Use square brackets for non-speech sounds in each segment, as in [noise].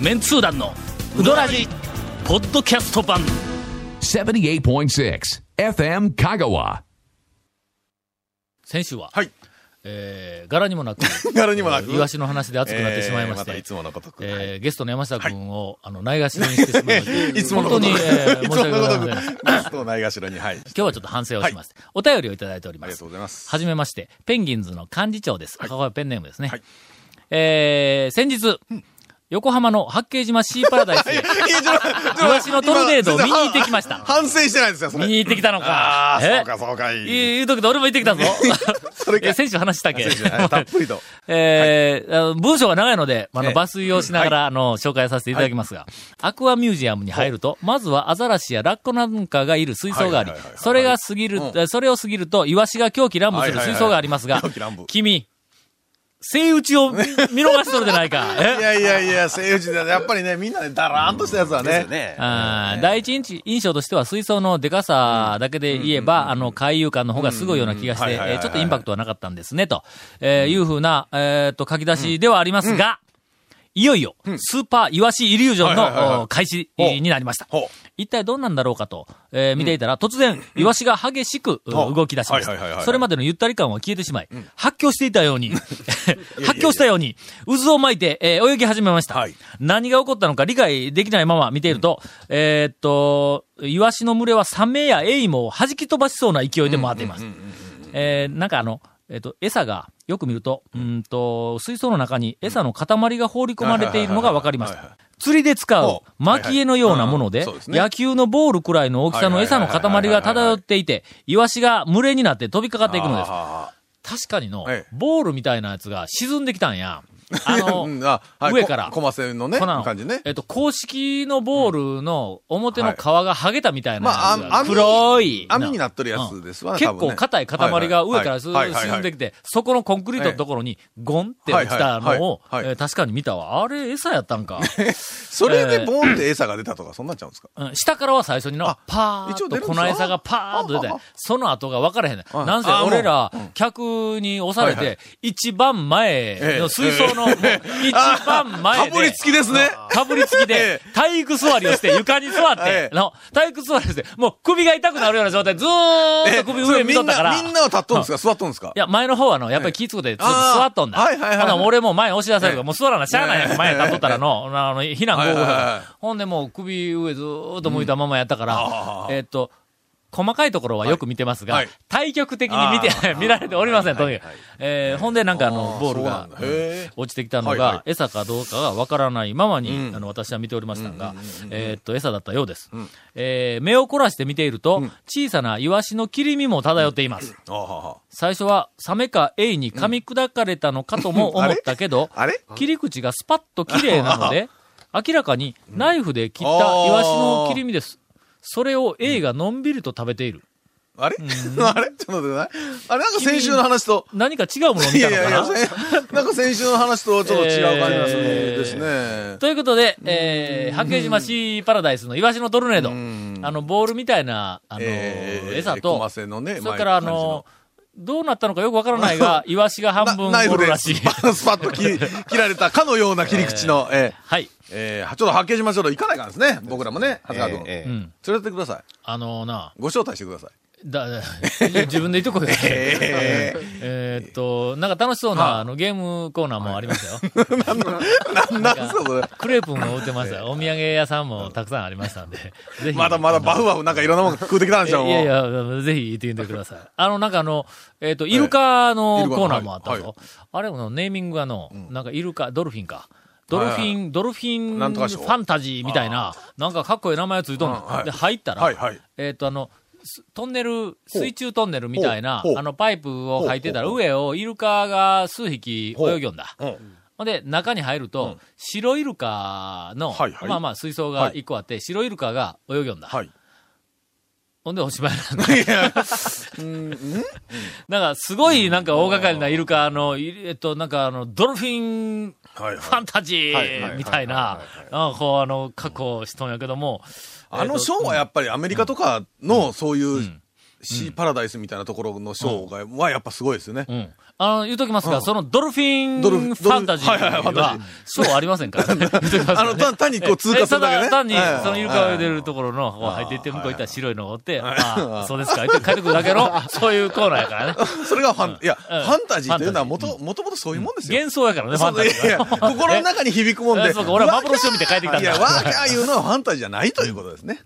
メンツー団のウドラジポッドキャスト版78.6 FM Kagawa. 先週は、はい。えー、柄にもなく [laughs] 柄にもなえくーイワシの話で熱くなってしまいまして、えーまたいつものごとくえはーゲストの山下君を、あのないがしろにしてしまいまして [laughs] いつものこと本当に、えー申 [laughs] いしつも訳のごこざいとませんく。ゲストをないがしろに。はい。今日はちょっと反省をしまして、お便りをいただいております。ありがとうございますはじめまして、ペンギンズの幹事長です。ここはペンネームですね。はいえー、先日、横浜の八景島シーパラダイスへ、い [laughs] やちょっと待っイてワシのトルネードを見に行ってきまし今た。反省してないんですよ、それ。見に行ってきたのか。ああ、えそうか、そうか。いい。言うときと俺も行ってきたぞ。それ [laughs] かいや選手話したっけ反省 [laughs] してないたっぷりと。えーあの文章が長いので、あの、ええ抜粋をしながら、あの、紹介させていただきますが、アクアミュージアムに入ると、まずはアザラシやラッコなんかがいる水槽がありはいはいはいは、いそれが過ぎる、うんえそれを過ぎると、イワシが狂気乱舞するはいはいはい水槽がありますが狂気乱舞、君、生打ちを見見逃しとるじゃない [laughs] か。 [laughs] えいやいやいや、政治だね。やっぱりね、みんなでダラーンとしたやつはね。あー第一印印象としては水槽のでかさだけで言えば、あの、海遊感の方がすごいような気がして、えうんうんはいはいはいーちょっとインパクトはなかったんですね、と、えーいうふうな、えっと、書き出しではありますが、いよいよ、スーパーイワシイリュージョンはいはいはいはいのお開始になりましたほう。一体どうなんだろうかと、えー見ていたら、突然、イワシが激しくほう動き出しましはいはいはいた。はいそれまでのゆったり感は消えてしまい、発狂していたよう [laughs] に、発狂したように、渦を巻いて、えー泳ぎ始めました。はい何が起こったのか理解できないまま見ていると、えーっと、イワシの群れはサメやエイも弾き飛ばしそうな勢いで回っています。えーなんかあの、えーっと、餌が、よく見ると、うーんと、水槽の中に餌の塊が放り込まれているのがわかりましはいはいた。釣りで使うほう巻き絵のようなものはでいはいうんそうです、ね野球のボールくらいの大きさの餌の塊が漂っていて、イワシが群れになって飛びかかっていくのです。あ確かにのええ、ボールみたいなやつが沈んできたん [laughs] や。あーの、うんあはい上からこコマセのね、こんなの感じねえ。っと、公式のボールの表の皮が剥げたみたいなまやあ、つあが網黒い。網になっとるやつですわね、結多分構ね硬い塊が上からすはいはいはい沈んできて、そこのコンクリートのところにゴンって落ちたのを、えはいはいはいはいー確かに見たわ。あれ、餌やったんか。それでボンって餌が出たとか、そんなんちゃうんですかうん下からは最初にのあ、パー一ッと応出るんです粉か餌がパーッと出ああてあ、その後が分からへんねん。はいなんせああ俺らもうう、客に押されはいはて、一番前の水槽の、もう一番前で。かぶりつきですね。かぶりつきでえ、体育座りをして、床に座って、ええの、体育座りをして、もう首が痛くなるような状態、ずーっと首上見とったから。えそれみんなみんなは立っとんですか座っとんですかいや、前の方はの、やっぱり気ぃつくで、ずっとあー座っとんだ。はいはいはいはいほな俺も前押し出されるかえら、えもう座らな、しゃあないやん。ええ前立っとったらの、あの、避難合法だはいはいかはいら。ほんでもう首上ずーっと向いたままやったから、えっと、細かいところはよく見てますが、はい対局的に見て、 [laughs] 見られておりません、とにかく。えーほんでなんかあの、ボールあがーそうなんだへー落ちてきたのはいはがい、餌かどうかがわからないままに、うんあの、私は見ておりましたが、えっと、餌だったようです。えー目を凝らして見ていると、小さなイワシの切り身も漂っています。あーはーは最初はサメかエイに噛み砕かれたのかとも思ったけど、あれ切り口がスパッと綺麗なので、明らかにナイフで切ったイワシの切り身です。それをエイがのんびりと食べている。あれ [laughs] あれちょっと待ってください。あれなんか先週の話と。何か違うものをい見たやのいかやいやな、 [laughs] なんか先週の話とちょっと違う感じがするえーですね。ということで、えー、八景島シーパラダイスのイワシのトルネード。あの、ボールみたいな、あの、えー餌コとマ、セのね、それからあ前の、どうなったのかよくわからない [laughs] が、イワシが感半じの分なナイおフるでらしいス。パスパッと [laughs] 切り切られたかのような切り口の、えはい。ーえーちょっと八景島ちょっと行かないからですね。僕らもね、長谷川君。ええええうん。連れてってください。あのな、ご招待してください。 [laughs] だ、だ [laughs] 自分で言っとこうよ。ええーっと、なんか楽しそうな、あの、ゲームコーナーもありましたよ。えなんですか、それ。クレープも売ってました [laughs] よ。お土産屋さんもたくさんありましたんで。ぜひ。まだまだバフバフなんかいろんなもん食うてきたんでいしょ、もう。やいや、ぜひ行ってみてください。あの、なんかあの、えーっと、イルカのイルカコーナーもあったはいはぞ。あれものネーミングがの、なんかイルカ、ドルフィンか。ドルフはいィはン、ドルフィンなんフとか賞ァンタジーみたいな、なんかかっこいい名前ついとんのうんはいで、入ったら、はいはいえっ、と、あの、すトンネル、水中トンネルみたいなほう、ほうあの、パイプを入ってたら、ほう上をイルカが数匹ほう泳ぎよんだ。うんほんで、中に入ると、白イルカの、はいはいまあまあ、水槽が一個あって、白イルカが泳ぎよんだ。はい。ほんで、おしまいなんだ。 [laughs] なんか、すごい、なんか、大掛かりなイルカの、いえっと、なんか、あの、ドルフィン、 [laughs] はいはいファンタジはいはいーみたいな、なんかこう、あの、過去しとんやけども、あのショーはやっぱりアメリカとかのそういうシーパラダイスみたいなところのショーが、はやっぱすごいですよね。うん。あの、言うときますが、そのドルフィンドフルフィンァンタジーはいはいはいファンタはジー、ショーありませんからね。言うときますがね [laughs] あの単単にこう通過するだけねえただ単にはいは、いそのイルカが出るところの、こう入っていって、向こう行ったら白いのがおって、はいああ、そうですか、言って帰ってくるだけの、そういうコーナーやからね。 [laughs] それがファン、いや、フうんァンタジーというのはもと、もともとそういうもんですよ。幻想やからね、ファそンうタジいやーいや、は。心の中に響くもんえで。そうか俺は幻を見て帰ってきたんだいや、わーキャーいうのはファンタジーじゃないということです [laughs] ね。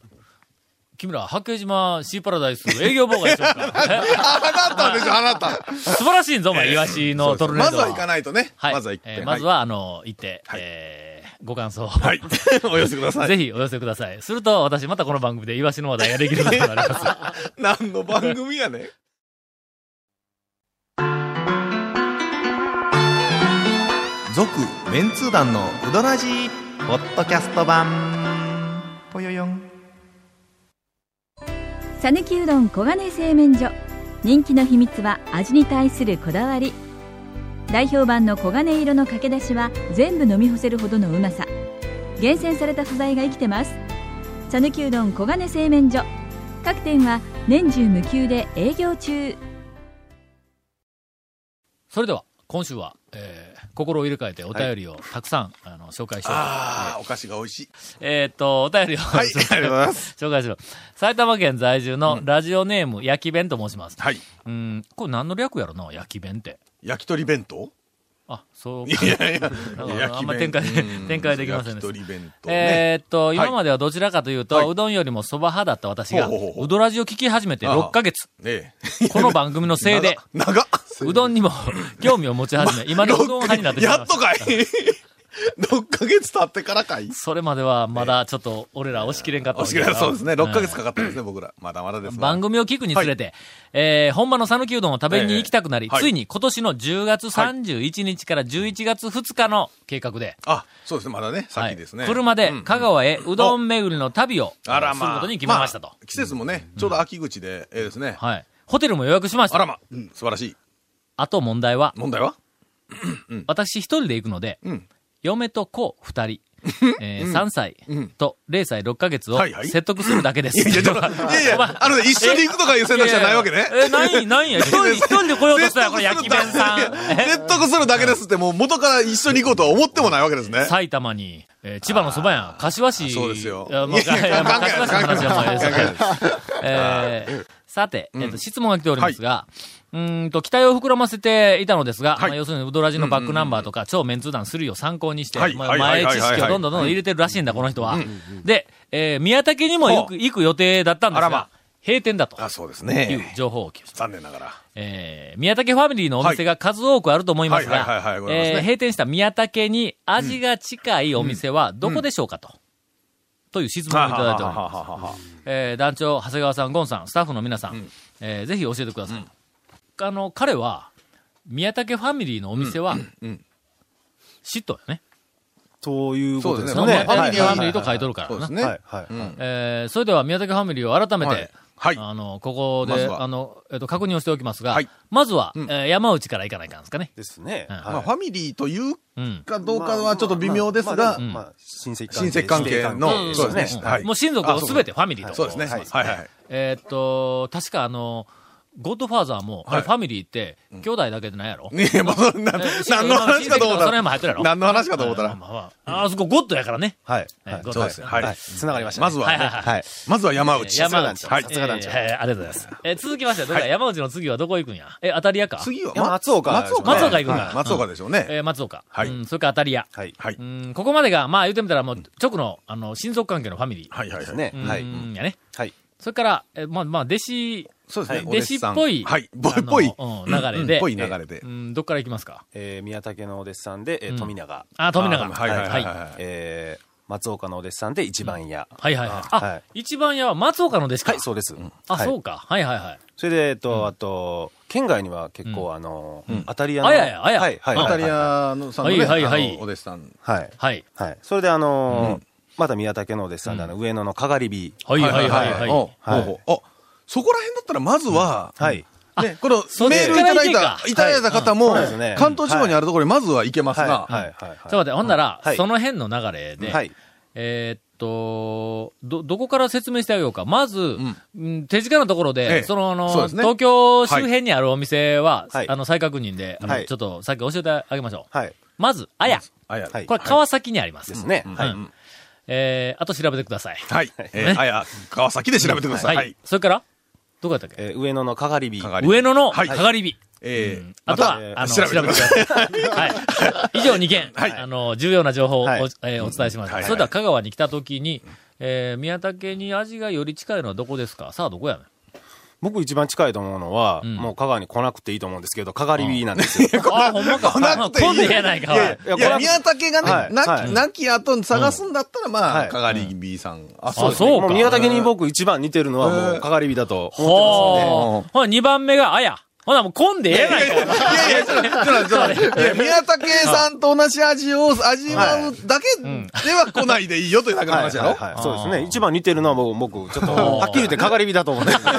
君ら、八景島シーパラダイス営業妨害しよう [laughs] か。あなたでしょ、あなた。素晴らしいぞ、お前、イワ [laughs] シのトルネーまずドは行かは。ないとね。はい。まずは行って。えーまずは、あの、行って、はいえーご感想を。 [laughs] はい。はい。お寄せください。ぜひお寄せください。すると、私、またこの番組でイワシの話題ができることになります。何の番組やねん。続メンツー団のウドラジポッドキャスト版ぽよよんさぬきうどん黄金製麺所人気の秘密は味に対するこだわり代表版の黄金色のかけだしは全部飲み干せるほどのうまさ厳選された素材が生きてます「さぬきうどん黄金製麺所」各店は年中無休で営業中それでは、今週は、えー心を入れ替えてお便りをたくさん、あの紹介しようああ、お菓子が美味しい。えーっと、お便りを、はい、ありがとうございま [laughs] す。紹介しろ。埼玉県在住のラジオネーム、焼き弁と申します。はい。うん、これ何の略やろな、焼き弁って。焼き鳥弁当あ、そう [laughs] い。やいや、んかあんま展開うん展開できませんです焼き鳥弁当ね。えーっと、い今まではどちらかというと、はいうどんよりもそば派だった私が、ほうほうほううどラジを聞き始めて6ヶ月、ねこの番組のせいで、 [laughs] 長っ。うどんにも興味を持ち始 [laughs] め、今でうどん派になってしまいやまっしとた。かい6ヶ月経ってからかいそれまではまだちょっと俺ら押し切れんかったおわしけ切だれかはらそうですね。6ヶ月かかったんですね、僕ら。まだまだですわ番組を聞くにつれて、えー、本場の讃岐うどんを食べに行きたくなり、ええはいついに今年の10月31日から11月2日の計画で、あ、そうですね、まだね、先ですね。はい車でうん香川へうどん巡りの旅を、あらするまあ。ことに決めましたと。あ季節もね、ちょうど秋口で、ええですね。はい。ホテルも予約しましあた。らま、うん素晴らしい。あと問題は、問題は私一人で行くので、うん。嫁と子二 [laughs] 人、えー3歳うんと0歳6ヶ月をはいはい説得するだけです。いやいや、ち [laughs] ょっといやいや、あのね、一緒に行くとかいう選択肢はないわけね。え、ない、ない [laughs] や。一人、一人で来ようとしたら、これ焼き弁さん。え説得するだけですって、もう元から一緒に行こうとは思ってもないわけですね。 [laughs] 埼玉に、えー千葉のそばやん、柏市。そうですよいやまあ、いやいやいやまあ関係ない柏市の話はもうええです関係ないえーさて、えっと、質問が来ておりますが、うーんと、期待を膨らませていたのですが、はいまあ要するに、ウドラジのバックナンバーとか、超メンツー団するよ参考にして、はいまあはい前はい知識をどんどんどんどん入れてるらしいんだ、この人は。で、えー宮崎にも行くほ行く予定だったんですあらがま、閉店だとあ、そうですいうね。情報を聞きました。残念ながら。えー宮武ファミリーのお店が数多くあると思いますはいはいはいがはい、ございますえねー閉店した宮武に味が近いお店はどこでしょうかと、という質問をいただいております。えー団長、長谷川さん、ゴンさん、スタッフの皆さん、えーぜひ教えてください。あの、彼は、宮武ファミリーのお店は、嫉妬よね。ということですそようですね。ねファミはいリーファミリーと書いとるからそうでなす。ね。はいはいはいえーそれでは宮崎ファミリーを改めて、はいはいあの、ここまずで、はあの、えっと、確認をしておきますが、はいまずは、うんえー山内から行かないかんですかね。ですね。うんまあ、はファミリーといううん。うんいかどうかはちょっと微妙ですが、まあまあんまあ親戚親戚関係の指定関係そううんですねうんはいもう親族をすべてファミリーと。そうですね。はいはいはい。えーっと、確かあの、ゴッドファーザーも、あれはいファミリーって、兄弟だけでないやろ、ねえ、まあ、そんなえー [laughs] 何の話かと思そのった辺も入ってるやろら。何の話かと思ったあら。まあまああそこゴッドやからね。はいえはいーゴッドそうです。はい。はい。つながりましたね。まずははいね、はいはいはい。まずは山内。山内内。はいえーさすが団長はいはいありがとうございます。えー続きましては、どうか山内の次はどこ行くんやえー、当たり屋か次は、いや松岡松岡。松岡行くんだはい松岡でしょうね。えー松岡。はいうん、それから当たり屋。はい。 [laughs] はい。うん、ここまでが、まあ言ってみたらもう、直の、あの、親族関係のファミリー。はいはいはですい。ね。うん、はい。やね。はい。それから、えまあまあ、弟子、そうですね。弟子っおさんぽい、はい。あのっぽい。うん、流れで、ぽい流れでう。ん、どっから行きますかえー宮武のお弟子さんでえうーん富永。あ、富永。あはいはいはいはいはい。えー松岡のお弟子さんで一番屋。はいはいはい。はあい、一番屋は松岡の弟子か。はい、そうです。あ、はいそうか。はいはいはい。それで、えっと、あと、県外には結構、あのー、当たり屋の。あややあやはい、はい。イタリはい。アのさんのはねいはいはいあのお弟子さん。はい。はい。はい。それで、あのー、また宮武のお弟子さんで、あの、上野のかがり火。はいはいはいはい。はいはいおう。あ、そこら辺だったらまずは、はい。ね、このそっちメールいただいたか、いただいた方もはいうんそうですね、関東地方にあるところにまずは行けますはい。が、はい。はい。ちょっと待って、ほんならは、いその辺の流れで、はい。えーっと、ど、どこから説明してあげようか。まず、んうん手近なところで、ええその、あのそうですね東京周辺にあるお店は、はいあの、再確認で、あのはいちょっと、さっき教えてあげましょう。はい。まず、あや。あや。はいこれ、川崎にあります。ですね。は。はいい。えー、あと調べてください。はい。えねー、あや、川崎で調べてください。はい。それから、どこやったっけえー上野のかがり火。かがり上野のはかいがり火。えー、あとは、まあたの、調調べべててくくださ [laughs] だい。はい。以上2件、はいあの、重要な情報をお,、はいえーお伝えしました。はいそれでは香川に来た時に、えー、宮武に味がより近いのはどこですかさあ、どこやねん。僕一番近いと思うのは、んもう香川に来なくていいと思うんですけど、かがり火なんですよ。あ、ほんまか。来なくていいあ今度やないか。いやいやいやいやこれ宮武がはね、いなはきいなき後に探すんだったら、まはあ、いかがり B さん。あ、あ、ね。そうか。もう宮武に僕一番似てるのはもうかがり火だと思ほー。ほな、2番目があや。ほな、もう混んでええやないか。いやいや、ちょっと待ってちょ [laughs] っと待っていや、宮武さんと同じ味を味わうだけでは来ないでいいよというだけのはい話やろはいはいあーそうですね。一番似てるのは僕、僕、ちょっと、はっきり言ってかがり火だと思うんですけど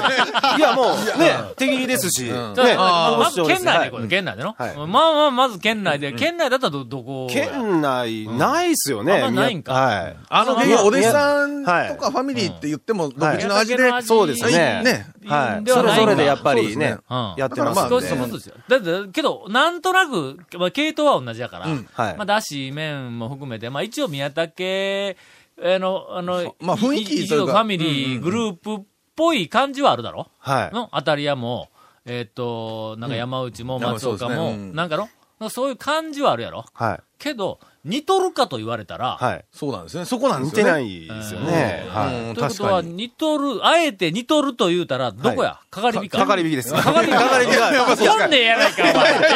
いや、もう、ね、手切りですし、ね、ちょっとあーまず面白いで県す内はで、いこれ、県内での。はいまあまあ、まず県内で。県内だったらど、どこや県内、ないっすよね。あんまないんかはい。あの辺、まあお弟子さんとはいかファミリーって言っても、独はい自の味で。はいそうですね。ねはいい。ではそないんだれぞれでやっぱりそうねで、うんやってまだすからま少あんしで。ずつですよ。だって、けど、なんとなく、まあ、系統は同じやから、うんはいまあ、だし、麺も含めて、まあ、一応宮武、あの、あの、まあ雰囲気一というか族ファミリうんうんうー、んグループっぽい感じはあるだろ、はい。の当たり屋も、えーっと、なんか山内もん松岡まあそうも、ですねうんなんかの、なんかそういう感じはあるやろはい。けど、似とるかと言われたら、はい。そうなんですね。そこなんで似すよね。てないですよね。はい。うんということ確は、かに。似とる、あえて似とると言うたら、どこや、かかり火か。かかり火です。かかり火かり火が。いや、読んでええやないか、お前。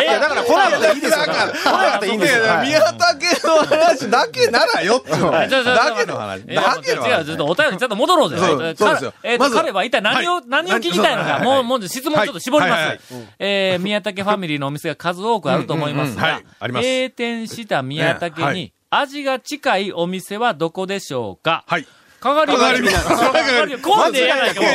えだから来なくていいですよ。来なくていいんですよ。はい宮武の話だけならよっていうのあだちょちょちょけの話。いやだけの違う、話ちょっとお便りちょっと戻ろうぜ。そうえっとそうですよえっまと、ず彼は一体何を、はい何を聞きたいのか、はいもう、もう質問ちょっと絞ります。はいはいえー宮武ファミリーのお店が数多くあると思いますが、うんうんうんはいあります閉店した宮武に、ねはい味が近いお店はどこでしょうかはい。かがりかがり火かがり火混んでええやないか、も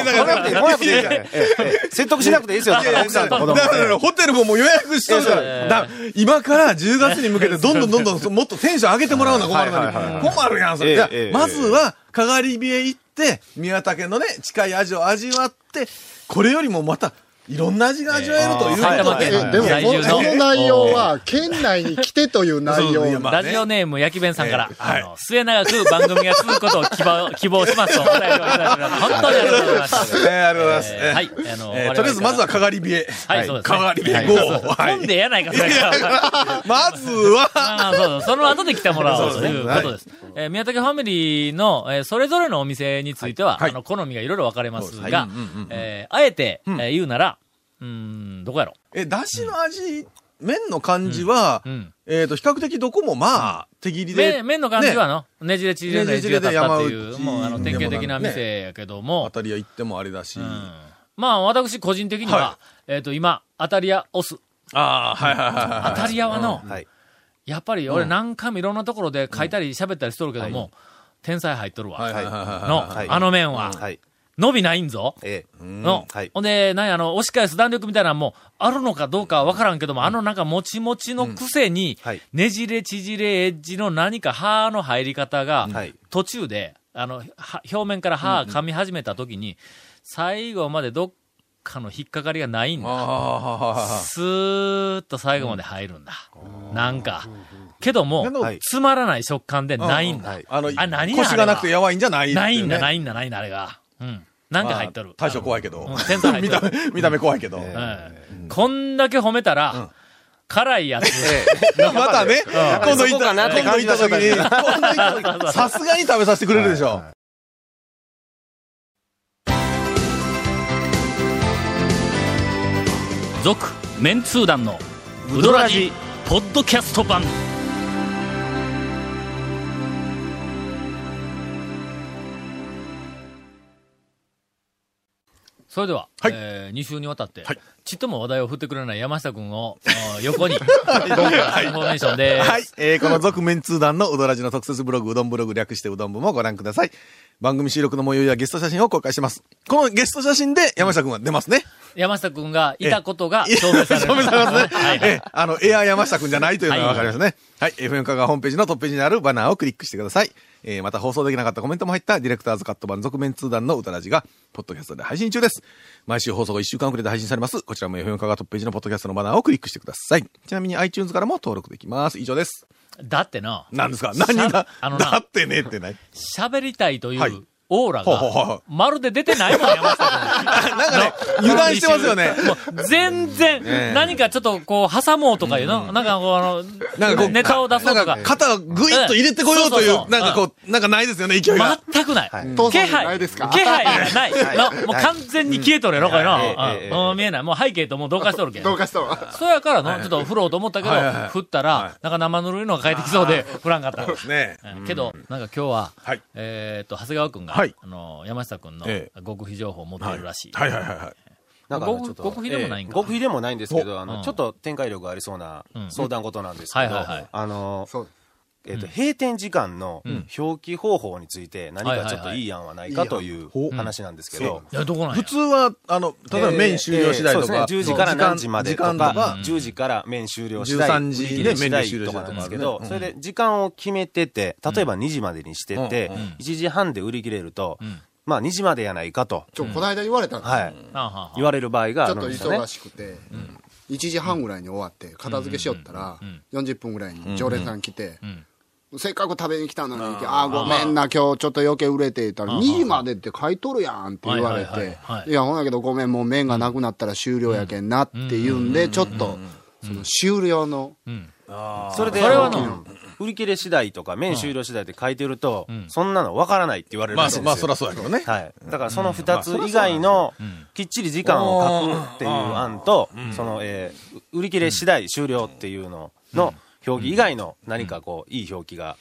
まずういやいやいや来なくていいですよええええ説得しなくていいですよ。いやい奥やさんだと子から供。だからホテルももう予約してるかいやいやら、だ今から10月に向けてどんどんどんどんそうもっとテンション上げてもらうのは困るはいはいのはいに。困るやん、それ。ええじゃあええまずは、かがり火へ行って、宮武のね、近い味を味わって、これよりもまた、いろんな味が味わえるという埼こ玉とで県。えでも在こ住の、のその内容は、県内に来てという内容そういやまあラジオネーム、焼き弁さんから、ええはいあの、末永く番組が続くことを希望、 [laughs] 希望しますと、お便りをいただきました本当にありがとうございました。ええありがとうございます。えーはいあのえ我々からーとりあえずまずはかがり火へ。はい、そうです、ね。かがり火はい GO そうそうはい混んでええやないか、それから。 [laughs] まずは、ああ、そうそう。その後で来てもらおうとそうですいねうことです。えー宮武ファミリーの、えーそれぞれのお店については、はいあの、好みがいろいろ分かれますそうですねがうんうんうんうん、えーあえて、えー言うなら、うーん、どこやろえ、だしの味、麺の感じはう。う、ん。えっと、比較的どこもまあ、手切りで。麺、麺の感じはの、ねじれ縮れのねねじじれれだっでた山っ内ていう、もう、あの、典型的な店やけども当、たり屋行ってもあれだし。うんまあ、私個人的には、はえっ、と、今、アタリアオス。ああ、はいはいはいはいはアい。タリアはの、はい。やっぱり俺何回もいろんなところで書いたり喋ったりしとるけども、天才入っとるわ。はいはいはいはいの、はいあの麺は、はい。伸びないんぞ。ええ。の、はいほんで、なんや、あの、押し返す弾力みたいなのも、あるのかどうかはわからんけども、あのなんか、もちもちのくせに、はいねじれ縮れエッジの何か刃の入り方がはい、途中で、あの、は表面から刃噛み始めた時に、最後までどっかの引っかかりがないんだ。あスーッと最後まで入るんだ。なんか。けども、のはいつまらない食感でないんだ。はいあの、あ何や腰がなくてやばいんじゃない。ないんだ、ないいんだ、ないんだ、あれが。うん。なんか入っとる。大将怖いけうどん。天才入っ [laughs] 見とたる。目、見た目怖いけど。うんこんだけ褒めたら、辛いやつ。またね、今度行った、今度行った時に、今度行った時さすがに食べさせてくれるでしょ。続、メンツー団の、ウドラジ、ポッドキャスト版。それでは、はいえ2週にわたって、はいちっとも話題を振ってくれない山下君 [laughs] を、あー横に、今回はインフォメーションではいす。。えーこの続面通談のうどらじの特設ブログ、うどんブログ略してうどん部もご覧ください。番組収録の模様やゲスト写真を公開してます。このゲスト写真で山下くんは出ますね。山下くんがいたことが証明される。ごめんなさいますね。はいええあの、エアー山下くんじゃないというのがわかりますね。はい、FM 香川ホームページのトップページにあるバナーをクリックしてください。えーまた放送できなかったコメントも入ったディレクターズカット版続面通談の歌ラジが、ポッドキャストで配信中です。毎週放送が1週間遅れで配信されます。こちらも FM 香川トップページのポッドキャストのバナーをクリックしてください。ちなみに iTunes からも登録できます。以上です。だってな、何ですか何があのなだってねって [laughs] ない。喋りたいといはいうオーラほうほうほがう、まるで出てないもん、山下く [laughs] ん。なんかね、油断してますよね。 [laughs] もう全然、何かちょっとこう、挟もうとかいうの、なんかこう、あの、なんかこう、ネタを出そうとかなん肩をグイッと入れてこようといそうそうう、そうなんかこう、なんかないですよね、勢いが。全くない。父気さんじゃ配ないですか気配がない。のもう完全に消えとるやろ、これうんな。ええええうんうん見えない。もう背景ともう同化しとるけん。どうかしたわ。そやからの、ちょっと振ろうと思ったけどはいはいはい、振ったら、なんか生ぬるいのが返ってきそうで、振らんかった。ねうんけど、なんか今日ははい、えーっと、長谷川くんが、はいあの、山下くんのえ極秘情報を持っているらしい。はいはいはいはい。なんかあのちょっ極と極秘でもないんか。極秘でもないんですけど、あうんの、ちょっと展開力ありそうなうん相談事なんですけうんど、はいはいはいあの、そう。えっと、閉店時間のん表記方法について何かちょっといい案はないかといういはい話なんですけど、いや、どこなんや普通は、あの、例えば麺終了次第とえーえか。ーそうですね、10時から何時まで時と間とかか、、 10時から麺終了次第、 13時で売り切れ次第とかなんですけど、麺それで時間を決めてて、例えば2時までにしてて、うん1時半で売り切れると、んまあ2時までやないかと、ちょ、この間言われたんですよはい、あはは言われる場合がちあょっるとんですよね忙。しくて、1時半ぐらいに終わって、片付けしよったら、40分ぐらいに常連さん来て、せっかく食べに来たのに、ああ、ごめんな、今日ちょっと余計売れて、言ったら、2時までって書いとるやんって言わはれいはいてはいは、いいや、ほんやけどごめん、もう麺がなくなったら終了やけんなって言うんで、ちょっと、その終了の、それで、それはあの売り切れ次第とか、麺終了次第って書いてると、そんなのわからないって言われるまらあ、しいそんまであ、すそらそうよ。やけどね。はい。だからその二つ以外の、きっちり時間を書くっていう案と、その、えー売り切れ次第終了っていうのの表記以外の何かこう、いい表記が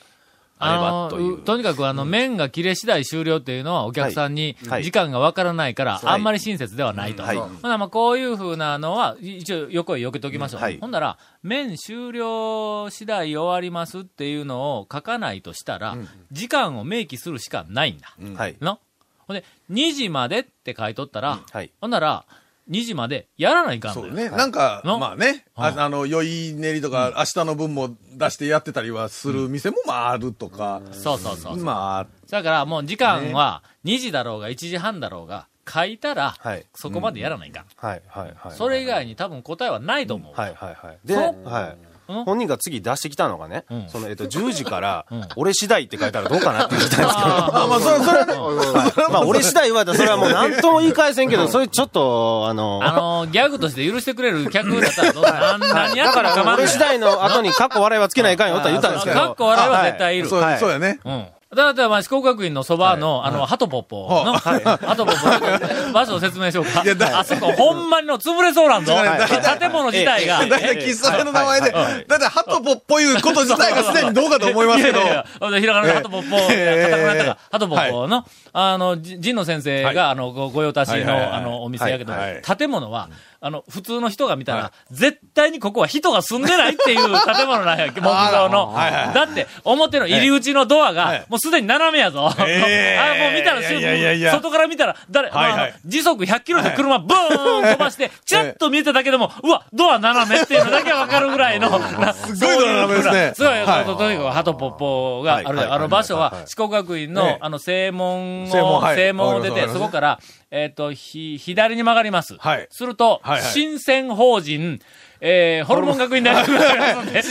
あればという。とにかくあの、麺が切れ次第終了っていうのはお客さんにはい時間がわからないから、いあんまり親切ではないと。はいほんならまあこういうふうなのは、一応横へ避けときましょう。はいほんなら、麺終了次第終わりますっていうのを書かないとしたら、時間を明記するしかないんだ。はい。のほんで、2時までって書いとったら、はいほんなら、2時までやらないかんそのうよ。ね。なんか、のまあね、あうんあの、酔い練りとか、明日の分も出してやってたりはする店も、まあ、あるとか。そうそうそうそう。まだからもう時間は2時だろうが1時半だろうが、書いたらはい、そこまでやらないかん。はい。はい。はい。それ以外に多分答えはないと思う。はい。はい。はい。で、そはいうん。本人が次出してきたのがね、うんその、えっと、10時から、俺次第って書いたらどうかなって言ったんですけど、あ、あまあ、それは、それはね、まあ、俺次第言われたら、それはもう何とも言い返せんけど、それちょっと、あの、あのーギャグとして許してくれる客だったらどうな、な何やだってかもら、構わない。俺次第の [laughs] 後にカッコ笑いはつけないかんよって言ったんですけど。かっこ笑いは絶対いる。そうはいそうやね。うん。だって、まあ、四国学院のそばの、あの、ハトポッポの、 [laughs] ハトポッポ、場所を説明しようかいや。だあそこ、ほんまにの潰れそうなんぞ。はい建物自体が。だいたい喫茶店の名前で、だいたいハトポっぽいこと自体がすでにどうかと思いますけど。いやいやいやひらがなのハトポッポ、ええカタカナやったええか、ハトポッポの、あの、じ神野先生が、あの、ごご用達はいはいはいの、あの、お店やけどはいはい、建物は、あの、普通の人が見たら、絶対にここは人が住んでないっていう [laughs] 建物なんや、木造の。だって、表の入り口のドアはがい、もうすでに斜めやぞ。あ、もうええ見たら、いやいやいやいや外から見たら、誰、まはいあはあいの時速100キロで車ブーン飛ばして、ちらっと見えただけでも、うわ、ドア斜めっていうのだけはわかるぐらいの、な [laughs] すごいドラマですね。そうや、はいととにかく、ハトポッポがある、はいあの場所は、はい四国学院ええの、あの、正門を、正門はい正門を出わかて、りますそこから、えっと、ひ、左に曲がります。はいするとはいはい、新鮮法人、えー、ホルモン学院大 [laughs] 学がありますんで、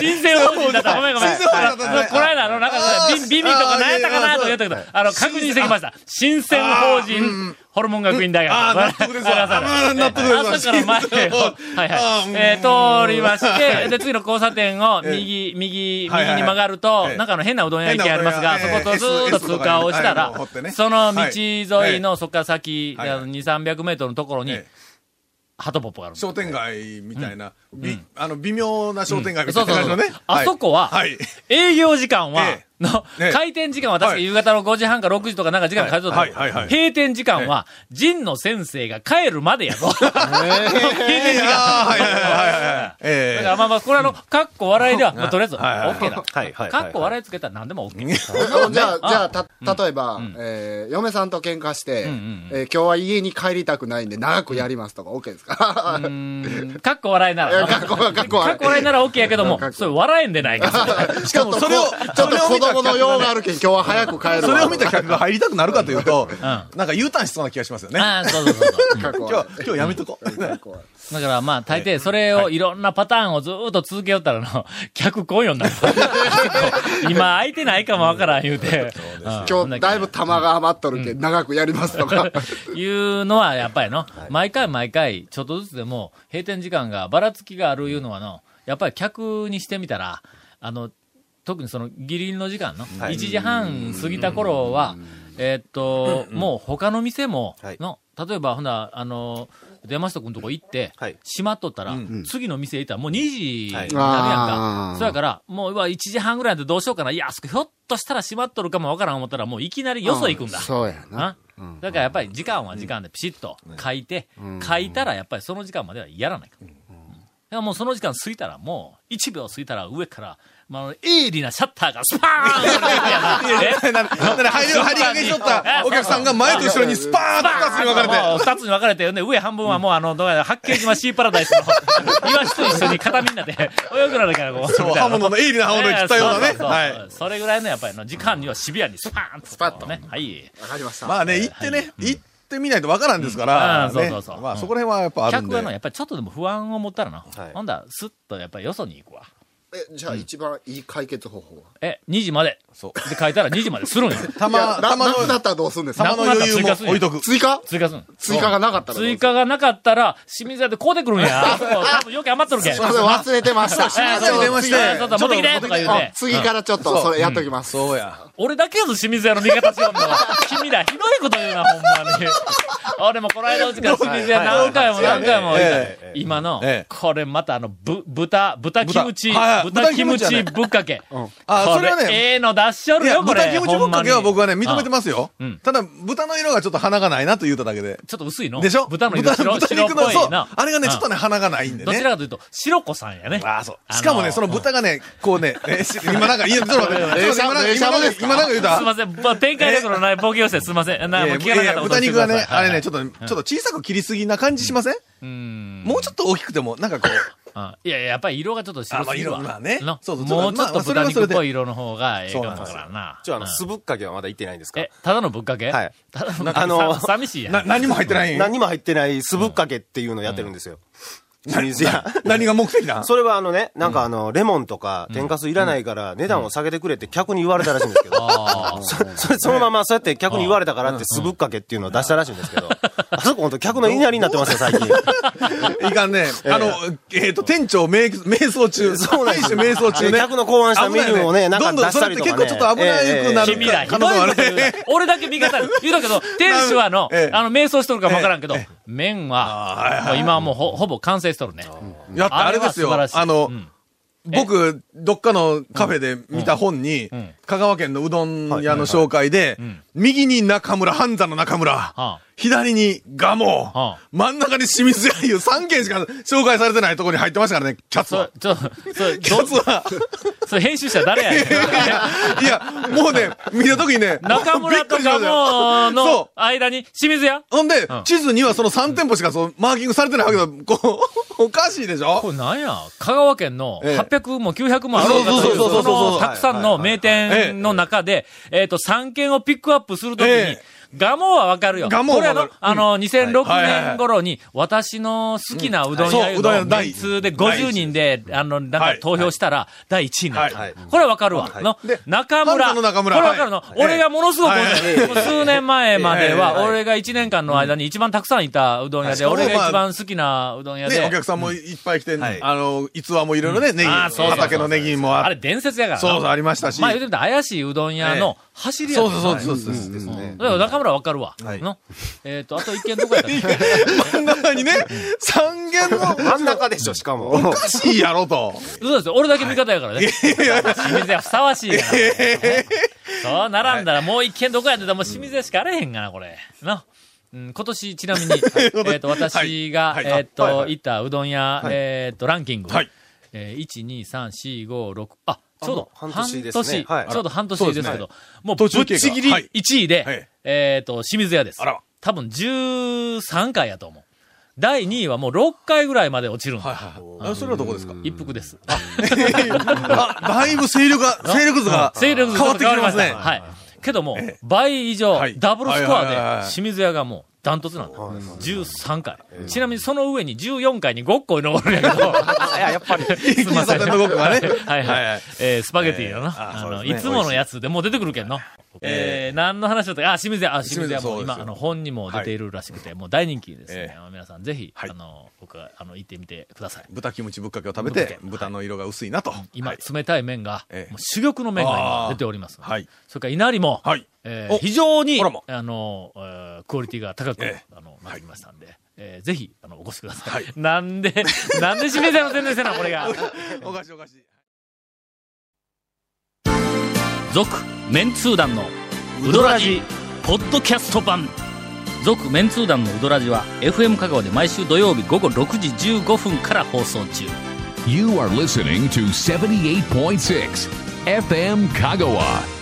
新鮮法人だった。ごめんごめん。新鮮法人だったあのこの間、あの、なんかあ、ービンビミとかあー何やったかなとか言ったけど、あの、確認してきました。新鮮法人、ホルモン学院大学。あー納得です [laughs] わあー納得ですわ朝か [laughs] ら前を、はいあはーいうん。えー、通りまして、で、次の交差点を右、右、右にはいはいはい曲がるとえ、え中の変なうどん屋行きありますが、そ変こなとうどん屋ずーっと S- S と通か過をしたあらの掘って、ねその道沿いのそこから先、はいはい2、300メートルのところにええ、ハトポッポがあるんです商店街みたいな、びあの微妙な商店街みたそいうなそう感じそのうね。。あそこははい、営業時間はええ、の、ね開店時間は確か夕方の5時半か6時とかなんか時間変えとったはいはいはいはい閉店時間は、陣の先生が帰るまで [laughs] やぞ。 [laughs] 閉店時間。だああ、はいはいはいはいはい。えかえらまあまあ、これあの、かっこ笑いでは、まあとりあえず、はいはい OK だ。はいはい。かっこ笑いつけたら何でも OK。でもじゃあ、あじゃあ、た、例えば、えー嫁さんと喧嘩して、えー今日は家に帰りたくないんで、長くやりますとか、OK ですか [laughs] うーんかっこ笑いなら。かっこ悪いかっこ悪いかっこ笑いなら OK やけどもかっこ悪、いそれ笑えんでないから。しかもそれを、ちょそっれとを子見た供の用があるけん、今日は早く帰るわ。それを見た客が入りたくなるかというと、なんんか U ターンしそうな気がしますよ [laughs] ね。ああ、そうそうそうそう。かっこ今日悪いは、今日やめとこう。かっこ悪いだからまあ、大抵それをいろんなパターンをずーっと続けよったらの、客来んようにな [laughs] る。今空いてないかもわからん言うて。今日、だいぶ玉が余っとるけん、長くやりますとか。うんいうのはやっぱりの、毎回毎回、ちょっとずつでも閉店時間がばらつきがあるいうのはの、やっぱり客にしてみたら、あの、特にそのギリギリの時間の、はい1時半過ぎた頃は、えーっ [clears throat] と、もう他の店もはい、の、例えばほな、あの、山下君とこ行って、はい閉まっとったら、次の店行ったらもう2時はいになるやんかあ。ーそうやから、もううわ1時半ぐらいでどうしようかな。いや、あそこひょっとしたら閉まっとるかもわからん思ったら、もういきなりよそ行くんだ。そうやな。な。だからやっぱり時間は時間でピシッと書いて、書いたらやっぱりその時間まではやらないから。だからもうその時間過ぎたらもう、1秒過ぎたら上から、まああの、鋭利なシャッターがスパーンえなんでなんで入り、入りかけしとったお客さんが前と後ろにスパーンと2つに分かれて。もう二つに分かれて、ね、上半分はもうあの、どうや八景島シーパラダイスの、イワシと一緒に片身になって、泳ぐなるからこう。そう、刃物の、鋭利な刃物に切ったようなええね。そうそうそうはい。それぐらいのやっぱりの時間にはシビアにスパーンと。スパッとね。はい。わかりました。まあね、行ってね、行ってみないと分からんですかうら、んあーねそうそうそうまあそこら辺はやっぱあるん客で。はの、やっぱりちょっとでも不安を持ったらな。はいほんだら、すっとやっぱりよそに行くわ。え、じゃあ一番いい解決方法はえ、2時まで。そで書いたら2時までするんや。 [laughs] たいやま、、なたまのなく、なったらどうすんですたかまの余裕も置いとく。追加追加するん。追加がなかったらどうする追加がなかったら、清水屋でこうてくるん [laughs] や。あそこ多分余計余っとるけん。すみません、忘れて [laughs] ました。えー水屋に電話しそてうそうそう持ってきてとか言うあて。次からちょっとそれやっときます。そうや。俺だけやぞ、清水屋の味方しよんのは。君ら、ひどいこと言うな、ほんまに。 [laughs] 俺もこの間うちから清水屋何回も何回も言うたえ今のええ、これまたあの、ぶ、豚、豚キムチ、豚はいはい豚キムチ豚キムチやねぶっかけ。あー、こそれはね、ええの出しちょいるや、よ、これ。豚キムチぶっかけは僕はね、認めてす。ますようん。ただ、豚の色がちょっと鼻がないなと言っただけで。ちょっと薄いのでしょ豚の色白豚白っ肉の、ぽそうい。な。あれがね、うちんょっとね、鼻がないんでどちねら。かというと、白子さんやね。ああ、そう。のしかもね、その豚がね、こ [laughs] うね、えーし今なんか、いや、ちょっと待って、ちょっと待って今なんか、今なんか言うたすい。ませ [laughs] ん。ま展開どころのない冒険をしてすいません。な、いもやうい聞やかなかったこと豚にして肉くはださいね、あれね、ちょっっと、ちょっと小さく切りすぎな感じしませんと。うん。もうちょっと大きくても、なんかこう、うんいやいや、やっぱり色がちょっと白すぎるわ。あまあ色はねのそうそうもうちょっまとあそ豚れはそ肉れっでぽい色の方がええかもわそうからんな。じゃあ、あの、うん酢ぶっかけはまだ行ってないんですかえ、ただのぶっかけはい。ただのぶっあかのけ。さ寂しいやん。な、何も入ってない何も入ってない酢ぶっかけっていうのをやってるんですよ。清水屋。何が目的なんそれはあのね、なんかあの、レモンとか天かすいらないから値段を下げてくれって客に言われたらしいんですけど、あそそれそのままそうやって客に言われたからって酢ぶっかけっていうのを出したらしいんですけど、あそこ本当客の言いなりになってますよ、最 [laughs] 近。いかんね。あの、えっと、店長迷瞑想中。そうなんです店主迷走中ね。客の考案したメニューをね、なんかどんどん出したりとか、ね。それって結構ちょっと危なくなあ。る君ら、ひどいこと言うなええ俺だけ味 [laughs] 方に言うだけど、店主はの、ええあの、瞑想しとるかもわからんけど、麺は、もう今はもうほほぼ完成しとるね。やってあれですよあれは素晴らしい。あのうん、僕、どっかのカフェで見た本にん、香川県のうどん屋の紹介で、右に中村、半座の中村あ、左にガモあ、真ん中に清水屋いう3軒しか紹介されてないところに入ってましたからね、キャッツそはれ。、ちょ、それ、キャッツど、は。 [laughs] それ編集者誰やねん。いや、もうね、見たときにね、中村とびっくりしまかしたよもそのう間に、清水屋ほんでうん、地図にはその3店舗しかそのマーキングされてないわけだ。こう、おかしいでしょこれなんや香川県のええ800も900もあるそうそうそうそうそうそうのたくさんの名店の中で、えっと、3軒をピックアップするときにええ、ガモはわかるよ。蒲生これはあわかのる、あの、2006はいはいはい年頃に、私の好きなうどん屋うんいそうううどんの屋第メンツで50人で、あの、なんかはい投票したら、第1位になったはい。これわかるわ。ので、中ハ村。ンターの中村これわかるのはい。俺がものすごく思ったはいよ、もう数年前までええは、はい俺が1年間の間に一番たくさんいたうどん屋で、はい俺が一番好きなうどん屋で。ね、お客さんもいっぱい来て、はいあの、逸話もいろいろね、ネギ、あーそうそうそう畑のネギもああれ伝説やからな。そうそう、ありましたし。まあ言うてみたら怪しいうんどん屋の走りやそうねそうそうそうそだう。から中村わかるわ。のえっと、あと一件どこやったっけ真ん中にね、三軒の、真ん中でしょ、しかも。おかしいやろと。そうですよ。俺だけ味方やからね。清水屋ふさわしいから。ねそう、並んだらもう一軒どこやってたらもう清水屋しかあれへんがな、これ。な。うん、今年、ちな [laughs] みに、えっと、私が、はいはいえっと、はいはい行ったうどん屋、えっと、ランキング。はいえー、1、2、3、4、5、6、あ、ちょうど、あもう半年です半ね年はいちょうど半年ですけど、もう、ぶっ途中経過ちぎりはい1位で、はいえっと、清水屋です。あら多分、13回やと思う。第2位はもう6回ぐらいまで落ちるんだ。あそれはどこですか一服です。 [laughs] あ、だいぶ勢力が、勢力図が、勢力図変わってきてますね。はい。けども、倍以上はい、ダブルスコはいはいはアいはで、い清水屋がもう、ダントツなんだ。13回。ちなみにその上に14回に6個登るんやけ [laughs] ど。やっぱり。すみません。喫茶店のごっこがね [laughs] はいはいははいい。えースパゲティのえーあな。あそうでの、すねいつものやつでもう出てくるけんの。えー何の話だったか。あ、清水屋、あ、清水屋も清水屋そうで今、すよあの、本にも出ているらしくて、もう大人気ですねえ。皆さんぜひ、あはいの、僕は、あの、行ってみてください。豚キムチぶっかけを食べて、豚の色が薄いなと。今はい、冷たい麺が、ええもう珠玉の麺が今あー出ておりますので。はいそれから稲荷も、はいえーお非常にあらま、あの、えークオリティが高く、ええあの、なりましたんで、えーぜひ、あの、お越しください。はいなんで、なんで清水屋の宣伝せな、これ [laughs] が。おかしいおかしい。続メンツー団のウドラジポッドキャスト版続メンツー団のウドラジは FM 香川で毎週土曜日午後6時15分から放送中 You are listening to 78.6 FM Kagawa.